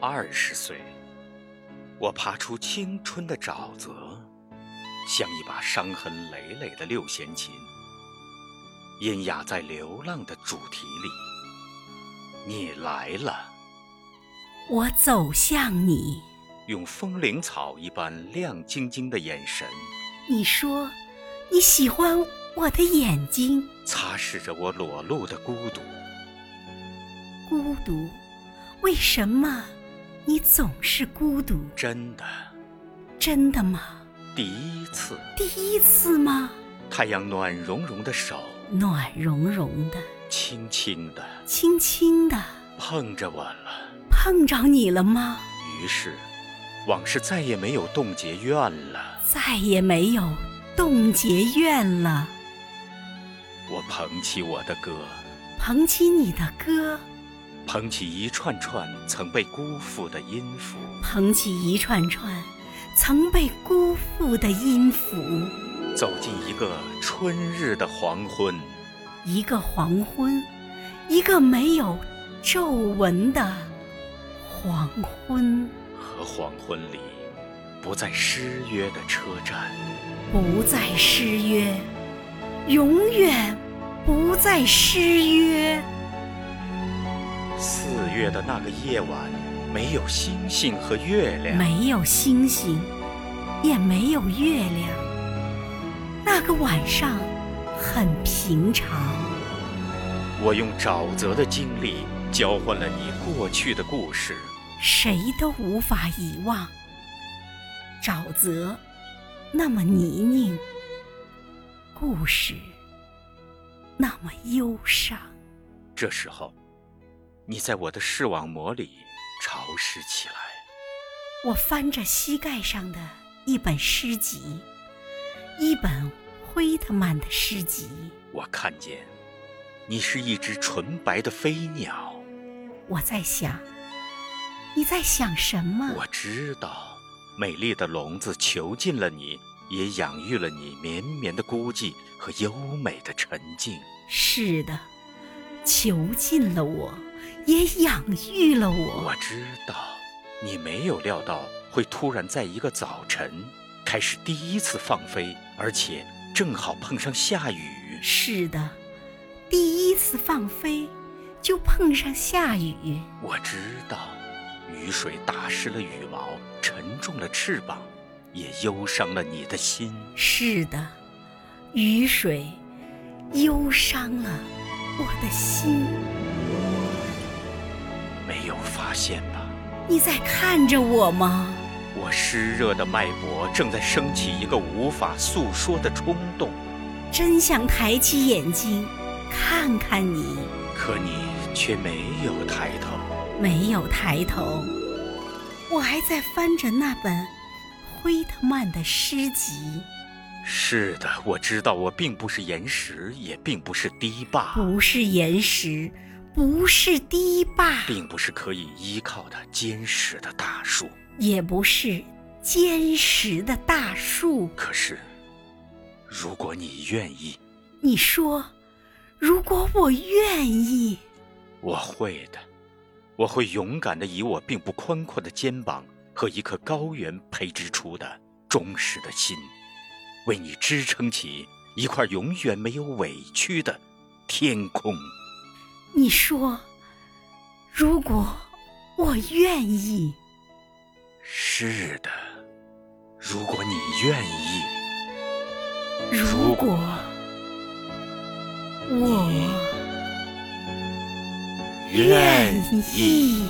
二十岁，我爬出青春的沼泽，像一把伤痕累累的六弦琴，音雅在流浪的主题里。你来了，我走向你，用风铃草一般亮晶晶的眼神，你说你喜欢我的眼睛，擦拭着我裸露的孤独。孤独，为什么你总是孤独？真的，真的吗？第一次，第一次吗？太阳暖融融的手，暖融融的，轻轻的轻轻的，碰着我了。碰着你了吗？于是，往事再也没有冻结怨了。再也没有冻结怨了。我捧起我的歌，捧起你的歌，捧起一串串曾被辜负的音符，捧起一串串曾被辜负的音符。走进一个春日的黄昏，一个黄昏，一个没有皱纹的黄昏，和黄昏里不再失约的车站，不再失约，永远不再失约。四月的那个夜晚，没有星星和月亮，没有星星，也没有月亮。那个晚上很平常，我用沼泽的经历交换了你过去的故事。谁都无法遗忘。沼泽那么泥泞，故事那么忧伤。这时候，你在我的视网膜里潮湿起来。我翻着膝盖上的一本诗集，一本惠特曼的诗集。我看见，你是一只纯白的飞鸟。我在想，你在想什么？我知道，美丽的笼子囚禁了你，也养育了你绵绵的孤寂和优美的沉静。是的，囚禁了我，也养育了我。我知道，你没有料到会突然在一个早晨开始第一次放飞，而且正好碰上下雨。是的，第一次放飞就碰上下雨。我知道，雨水打湿了羽毛，沉重了翅膀，也忧伤了你的心。是的，雨水忧伤了我的心。没有发现吧？你在看着我吗？我湿热的脉搏正在升起一个无法诉说的冲动，真想抬起眼睛看看你，可你却没有抬头。没有抬头。我还在翻着那本惠特曼的诗集，是的，我知道，我并不是岩石，也并不是堤坝，不是岩石，不是堤坝，并不是可以依靠的坚实的大树。也不是坚实的大树。可是，如果你愿意，你说，如果我愿意，我会的，我会勇敢的以我并不宽阔的肩膀和一颗高原培植出的忠实的心，为你支撑起一块永远没有委屈的天空。你说，如果我愿意。是的，如果你愿意，如果我愿愿意。